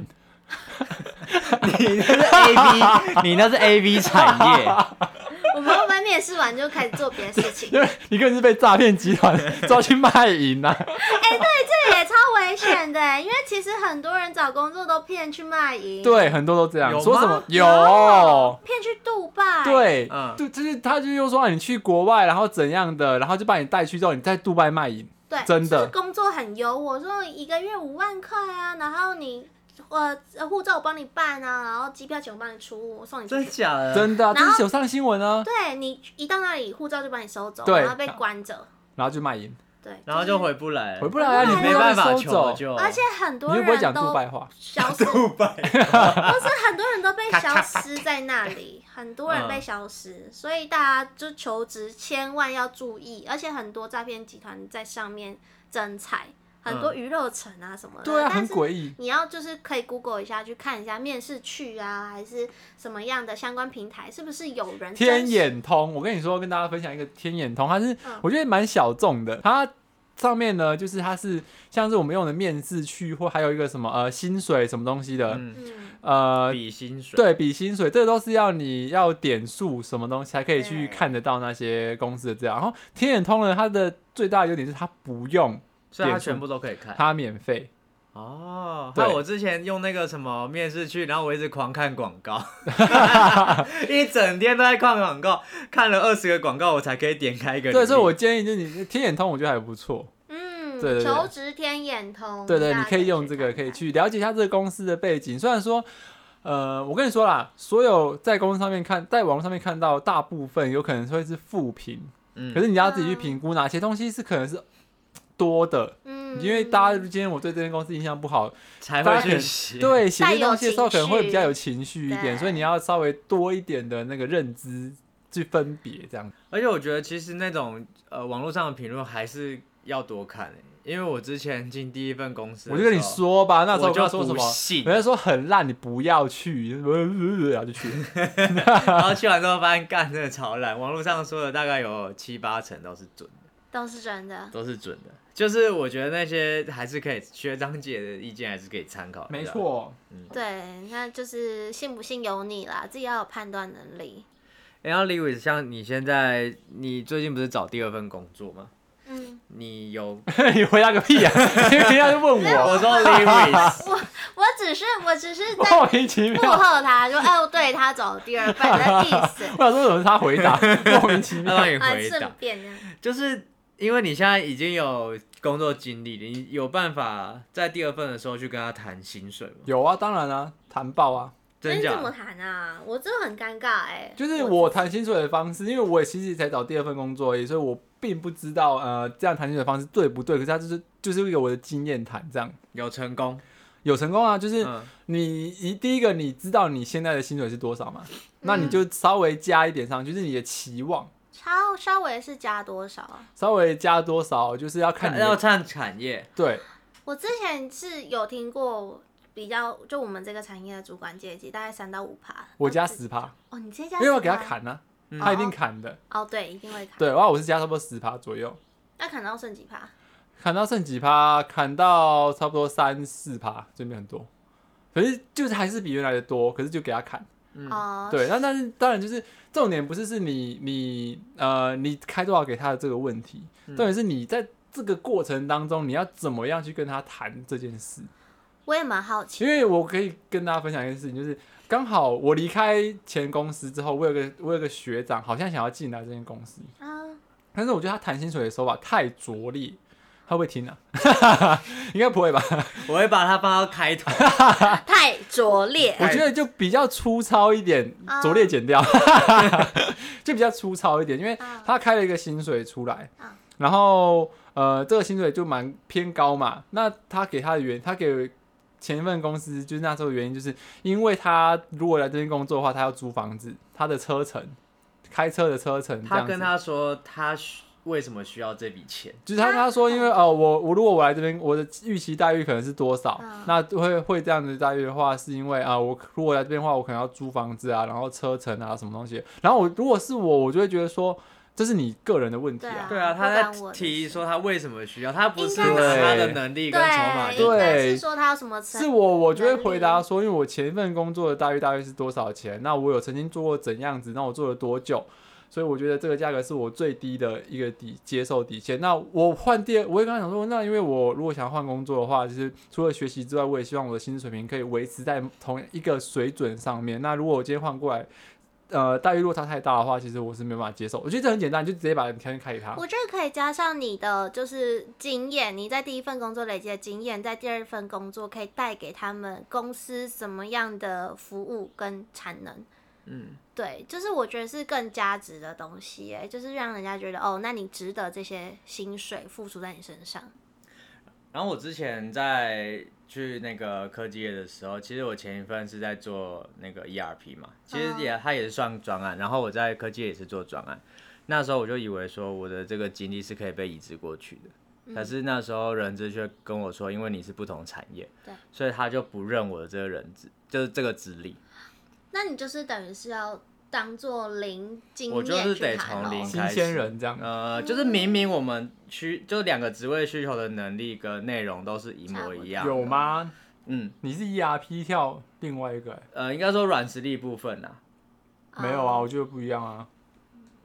Speaker 3: 你 那是 A V，你那是 A V 产业。
Speaker 1: 我们会不会面试完就开始做别的事 情？
Speaker 2: 因为你个人是被诈骗集团 抓去卖淫 啊！
Speaker 1: 这也超危险的，因为其实很多人找工作都骗去卖淫，，
Speaker 2: 对，很多都这样
Speaker 3: 有。
Speaker 2: 说什
Speaker 3: 吗
Speaker 2: 么有？
Speaker 1: 骗去杜拜，，
Speaker 2: 对，
Speaker 3: 嗯
Speaker 2: 就就是他就又说、啊、你去国外，然后怎样的，然后就把你带去之后，你在杜拜卖淫。
Speaker 1: 对，
Speaker 2: 真的
Speaker 1: 就是工作很优，我说一个月五万块啊，然后你呃呃护照我帮你办啊，然后机票钱我帮你出，我送你出
Speaker 3: 真
Speaker 1: 去。
Speaker 3: 假的？
Speaker 2: 真的、啊，这
Speaker 1: 然后
Speaker 2: 是有上新闻啊，
Speaker 1: 对你一到那里，护照就把你收走，
Speaker 2: 对
Speaker 1: 然后被关着，
Speaker 2: 然后就卖淫，
Speaker 1: 对，
Speaker 3: 然后
Speaker 1: 是
Speaker 3: 就。回不来，
Speaker 2: 回不来啊，
Speaker 1: 回不来
Speaker 2: 你
Speaker 3: 没
Speaker 2: 护照
Speaker 3: 办
Speaker 2: 被
Speaker 3: 法
Speaker 2: 收走
Speaker 3: 求，救，
Speaker 1: 而且很多
Speaker 2: 你又不会
Speaker 1: 人
Speaker 2: 讲杜
Speaker 1: 都
Speaker 2: 拜话，
Speaker 1: 消失，
Speaker 3: 杜 拜
Speaker 1: 不是很多人都被消失在那里，很多人
Speaker 3: 嗯
Speaker 1: 被消失，所以大家就求职千万要注意，而且很多诈骗集团在上面征财，很多娱乐城啊什么的，
Speaker 2: 嗯对啊，
Speaker 1: 但
Speaker 2: 很
Speaker 1: 是
Speaker 2: 诡异。
Speaker 1: 你要就是可以 Google 一下，去看一下面试去啊，还是什么样的相关平台，是不是有人真
Speaker 2: 天
Speaker 1: 实
Speaker 2: 眼通，我跟你说，跟大家分享一个天眼通，它是
Speaker 1: 嗯
Speaker 2: 我觉得蛮小众的，它上面呢，就是它是像是我们用的面试去或还有一个什么呃薪水什么东西的，
Speaker 3: 嗯，
Speaker 1: 嗯，
Speaker 2: 呃，
Speaker 3: 比薪水，
Speaker 2: 对比薪水，这个都是要你要点数什么东西才可以
Speaker 1: 对
Speaker 2: 去看得到那些公司的资料。然后天眼通呢，它的最大的优点是它不用，
Speaker 3: 所以他
Speaker 2: 点数
Speaker 3: 全部都可以看。
Speaker 2: 它免费。
Speaker 3: 哦，
Speaker 2: 对
Speaker 3: 那我之前用那个什么面试去，然后我一直狂看广 告，一整天都在看广告，看了二十个广告我才可以点开一个。
Speaker 2: 对，所以我建议就是你天眼通，我觉得还不错。
Speaker 1: 嗯，
Speaker 2: 对对对
Speaker 1: 求职天眼通，
Speaker 2: 对对，
Speaker 1: 大
Speaker 2: 你
Speaker 1: 家
Speaker 2: 可以用这个，
Speaker 1: 看
Speaker 2: 可以
Speaker 1: 看。
Speaker 2: 去了解一下这个公司的背景。虽然说，呃，我跟你说啦，所有在公司上面看，在网络上面看到，大部分有可能会是负评，
Speaker 3: 嗯
Speaker 2: 可是你要自己去
Speaker 1: 嗯
Speaker 2: 评估哪些东西是可能是多的，
Speaker 1: 嗯，
Speaker 2: 因为大家今天我对这间公司印象不好，
Speaker 3: 才
Speaker 2: 发
Speaker 3: 会
Speaker 2: 现
Speaker 3: 去写。
Speaker 2: 对写
Speaker 1: 带
Speaker 2: 这些
Speaker 1: 有
Speaker 2: 东西的时候可能
Speaker 1: 情
Speaker 2: 会比较
Speaker 1: 绪
Speaker 2: 有情绪一点，
Speaker 1: 对
Speaker 2: 所以你要稍微多一点的那个认知去分别这样。
Speaker 3: 而且我觉得其实那种呃网络上的评论还是要多看、欸，因为我之前进第一份公司，
Speaker 2: 我就跟你，说吧，那时候
Speaker 3: 我
Speaker 2: 跟他
Speaker 3: 就
Speaker 2: 说什
Speaker 3: 不
Speaker 2: 么，
Speaker 3: 信
Speaker 2: 人，家说很烂，你不要去，呃然后就去了。
Speaker 3: 然后去完之后发现干真的超烂，网络上说的大概有七八成都是准的，
Speaker 1: 都是真的。
Speaker 3: 都是准的。就是我觉得那些还是可以，学长姐的意见还是可以参考。
Speaker 2: 没，错，
Speaker 1: 对，那就是信不信由你啦，自己要有判断能力。
Speaker 3: 欸然后 Lewis，像你现在，你最近不是找第二份工作吗？
Speaker 1: 嗯，
Speaker 3: 你有？
Speaker 2: 你回答个屁啊！因为人家就问我，
Speaker 3: 我说 Lewis，
Speaker 1: 我只是我只是在
Speaker 2: 莫名其
Speaker 1: 附
Speaker 2: 妙。
Speaker 1: 和他，说哎，我对他走第
Speaker 2: ，
Speaker 1: 二份的意思
Speaker 2: 我想说怎么是他回答，莫名其妙。
Speaker 3: 让你
Speaker 1: 啊，
Speaker 3: 回答
Speaker 1: 顺。便这样。
Speaker 3: 就是因为你现在已经有工作经历了，你有办法在第二份的时候去跟他谈薪水吗？
Speaker 2: 有啊，当然啊，谈爆啊，
Speaker 1: 那
Speaker 3: 真
Speaker 1: 哎你
Speaker 3: 假
Speaker 1: 怎？么谈啊？我真的很尴尬哎。
Speaker 2: 就是我谈薪水的方式，因为我也其实才找第二份工作而已，所以我并不知道呃这样谈薪水的方式对不对。可是他就是就是有我的经验谈这样。
Speaker 3: 有成功？
Speaker 2: 有成功啊，就是
Speaker 3: 嗯，
Speaker 2: 你一第一个你知道你现在的薪水是多少嘛？
Speaker 3: 嗯
Speaker 2: 那你就稍微加一点上，就是你的期望
Speaker 1: 稍稍微是加多少啊？
Speaker 2: 稍微加多少，就是要看你
Speaker 3: 要
Speaker 2: 的
Speaker 3: 看产业。
Speaker 2: 对
Speaker 1: 我之前是有听过比较，就我们这个产业的主管阶级大概三到五趴。
Speaker 2: 我加十趴，
Speaker 1: 哦，你直接加
Speaker 2: 因
Speaker 1: 10%，
Speaker 2: 为我给他砍呢、
Speaker 3: 嗯
Speaker 2: 他一定砍的。
Speaker 1: 哦，对，一定会砍。
Speaker 2: 对，然后我是加差不多十趴左右，
Speaker 1: 那砍到剩几趴？
Speaker 2: 砍到剩几趴，砍到差不多三四趴，就没很多。可是就是还是比原来的多，可是就给他砍。
Speaker 3: 嗯
Speaker 1: 哦，
Speaker 2: 对，那但是当然就是重点不是是你你呃你开多少给他的这个问题，重点是你在这个过程当中你要怎么样去跟他谈这件事。
Speaker 1: 我也蛮好奇。
Speaker 2: 因为我可以跟大家分享一件事情，就是刚好我离开前公司之后，我有个我有个学长好像想要进来这间公司，
Speaker 1: 啊，
Speaker 2: 但是我觉得他谈薪水的手法太拙劣，他会不会听啊？ 应该不会吧？
Speaker 3: 我会把它放到开 头。
Speaker 1: 太拙劣。
Speaker 2: 啊我觉得就比较粗糙一点，
Speaker 1: 啊
Speaker 2: 拙劣剪掉， 就比较粗糙一点，因为
Speaker 1: 啊
Speaker 2: 他开了一个薪水出来
Speaker 1: 啊，
Speaker 2: 然后呃，这个薪水就蛮偏高嘛。那他给他的原，他给前一份公司就是那时候的原因，就是因为他如果来这边工作的话，他要租房子，他的车程，开车的车程这
Speaker 3: 他
Speaker 2: 样
Speaker 3: 跟
Speaker 2: 子。
Speaker 3: 他说他需为什么需要这笔钱？
Speaker 2: 就是他他说，因
Speaker 1: 啊
Speaker 2: 为呃，我我如果我来这边，我的预期待遇可能是多少？
Speaker 1: 嗯
Speaker 2: 那会会这样子待遇的话，是因为啊、我如果来这边的话，我可能要租房子啊，然后车程啊，什么东西。然后我如果是我，我就会觉得说，这是你个人的问题啊。
Speaker 1: 对
Speaker 3: 对啊，
Speaker 1: 不
Speaker 3: 他
Speaker 1: 干
Speaker 3: 在
Speaker 1: 我的
Speaker 3: 提
Speaker 1: 事
Speaker 3: 说他为什么需要，他不是
Speaker 1: 应
Speaker 2: 该
Speaker 3: 拿
Speaker 2: 是
Speaker 3: 他的能力跟筹码
Speaker 1: 对，
Speaker 3: 去
Speaker 1: 应该
Speaker 2: 对
Speaker 1: 是说他有什么成
Speaker 2: 是我，我就会回答说，因为我前一份工作的待遇大约是多少钱？那我有曾经做过怎样子？那我做了多久？所以我觉得这个价格是我最低的一个底接受底线。那我换第二，我也刚刚想说，那因为我如果想要换工作的话，就是除了学习之外，我也希望我的薪资水平可以维持在同一个水准上面。那如果我今天换过来，呃，待遇落差太大的话，其实我是没有办法接受。我觉得这很简单，就直接把条件开给他。
Speaker 1: 我觉得可以加上你的就是经验，你在第一份工作累积的经验，在第二份工作可以带给他们公司什么样的服务跟产能。
Speaker 3: 嗯，
Speaker 1: 对，就是我觉得是更加值的东西耶，就是让人家觉得哦，那你值得这些薪水付出在你身上。
Speaker 3: 然后我之前在去那个科技业的时候，其实我前一份是在做那个 ERP 嘛，其
Speaker 1: 哦
Speaker 3: 实也它也是算专案。然后我在科技业也是做专案，那时候我就以为说我的这个经历是可以被移植过去
Speaker 1: 嗯
Speaker 3: 的，可是那时候人资却跟我说，因为你是不同产业
Speaker 1: 对，
Speaker 3: 所以他就不认我的这个人资，就是这个资历。
Speaker 1: 那你就是等于是要当做零经
Speaker 3: 我
Speaker 1: 验
Speaker 3: 就是
Speaker 1: 去哦
Speaker 3: 得
Speaker 1: 谈
Speaker 3: 从
Speaker 1: 咯
Speaker 3: 零
Speaker 2: 新
Speaker 3: 开
Speaker 2: 鲜
Speaker 3: 始
Speaker 2: 人这样。
Speaker 3: 呃，就是明明我们需就两个职位需求的能力跟内容都是一模一样，
Speaker 2: 有？吗？
Speaker 3: 嗯，
Speaker 2: 你是 ERP 跳另外一个、欸
Speaker 3: 呃，应该说软实力部分啊啦。
Speaker 2: 没有啊，
Speaker 1: 哦
Speaker 2: 我觉得不一样啊。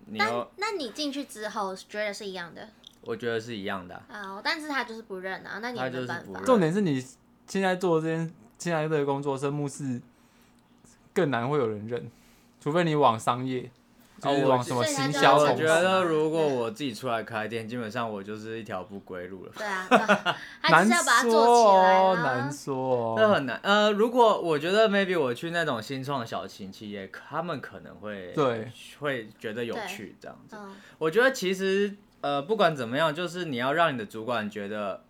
Speaker 3: 你
Speaker 1: 但
Speaker 3: 要，
Speaker 1: 那你进去之后觉得是一样的
Speaker 3: 我觉得是一样的啊、
Speaker 1: 啊、哦但是他就是不认啊，那你也
Speaker 3: 他
Speaker 1: 没
Speaker 3: 就是
Speaker 1: 办
Speaker 3: 不
Speaker 1: 法
Speaker 3: 认。
Speaker 2: 重点是你现在做这件，现在这个工作，生目是更难会有人认，除非你往商业，就
Speaker 3: 哦
Speaker 2: 是
Speaker 3: 我
Speaker 2: 往什么
Speaker 1: 所以他
Speaker 2: 行
Speaker 1: 就
Speaker 2: 销啊
Speaker 1: 要
Speaker 3: 我
Speaker 2: 公
Speaker 3: 觉
Speaker 1: 从事
Speaker 2: 司。
Speaker 3: 得如果我自己出来开店，基本上我就是一条不归路了。
Speaker 1: 对啊，对啊还
Speaker 2: 难
Speaker 1: 是要把它
Speaker 2: 说
Speaker 1: 做起来啊
Speaker 2: 哦，
Speaker 1: 啦
Speaker 2: 难。说
Speaker 3: 这
Speaker 2: 哦。
Speaker 3: 很难，呃，如果我觉得 maybe 我去那种新创小型企业，他们可能会
Speaker 2: 对
Speaker 3: 会觉得有
Speaker 1: 对
Speaker 3: 趣这样子。
Speaker 1: 嗯，
Speaker 3: 我觉得其实呃，不管怎么样，就是你要让你的主管觉得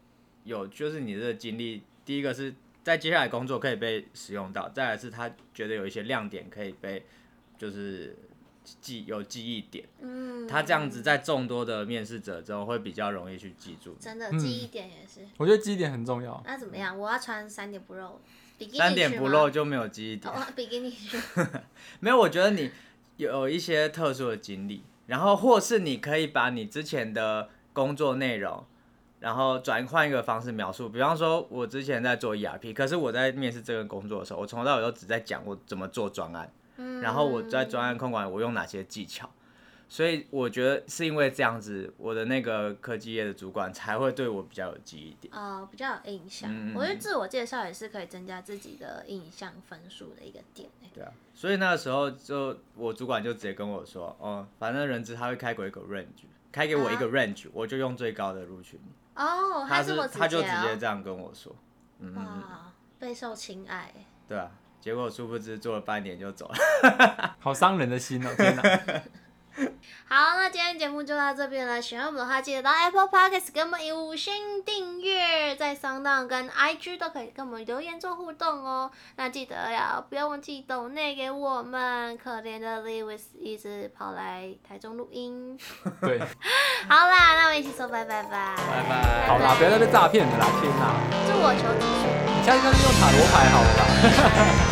Speaker 3: 有，就是你的经历，第一个是在接下来工作可以被使用到，再来是他觉得有一些亮点可以被就是记有记忆点，
Speaker 1: 嗯
Speaker 3: 他这样子在众多的面试者中会比较容易去记住。
Speaker 1: 真的
Speaker 2: 嗯
Speaker 1: 记忆点也是。
Speaker 2: 我觉得基点很重要，
Speaker 1: 那怎么样？我要穿三点不露，比基尼
Speaker 3: 三点
Speaker 1: 去
Speaker 3: 不
Speaker 1: 吗
Speaker 3: 漏就没有记忆点，
Speaker 1: 哦，比基尼去。
Speaker 3: 没有，我觉得你有一些特殊的经历，然后或是你可以把你之前的工作内容，然后转换一个方式描述。比方说，我之前在做 ERP，可是我在面试这个工作的时候，我从头到尾都只在讲我怎么做专案，
Speaker 1: 嗯
Speaker 3: 然后我在专案控管我用哪些技巧。所以我觉得是因为这样子，我的那个科技业的主管才会对我比较有记忆点。
Speaker 1: 呃比较有印象。
Speaker 3: 嗯嗯
Speaker 1: 我觉得
Speaker 3: 嗯
Speaker 1: 自我介绍也是可以增加自己的印象分数的一个点、欸。
Speaker 3: 对啊，所以那个时候就我主管就直接跟我说，哦，反正人资他会开给我一个 range，开给我一个 range，、我就用最高的录取你。
Speaker 1: 哦，这
Speaker 3: 他啊是
Speaker 1: 么
Speaker 3: 他就直接
Speaker 1: 哦
Speaker 3: 这样跟我说，嗯，嗯嗯
Speaker 1: 哇，备受青睐欸。
Speaker 3: 对啊。结果殊不知做了半年就走 了。
Speaker 2: 好伤人的心哦，天哪！
Speaker 1: 好，那今天节目就到这边了。喜欢我们的话，记得到 Apple Podcast 给我们以五星订阅，在 s o u n d o 跟 IG 都可以跟我们留言做互动哦。那记得要不要忘记抖内给我们？可怜的 Lewis 一直跑来台中录音。
Speaker 2: 对，
Speaker 1: 好啦，那我们一起说拜拜吧。
Speaker 3: 拜拜
Speaker 2: 好啦，不要再被诈骗了啦，天哪！
Speaker 1: 自我求知术。
Speaker 2: 你下次干脆用塔罗牌好了啦。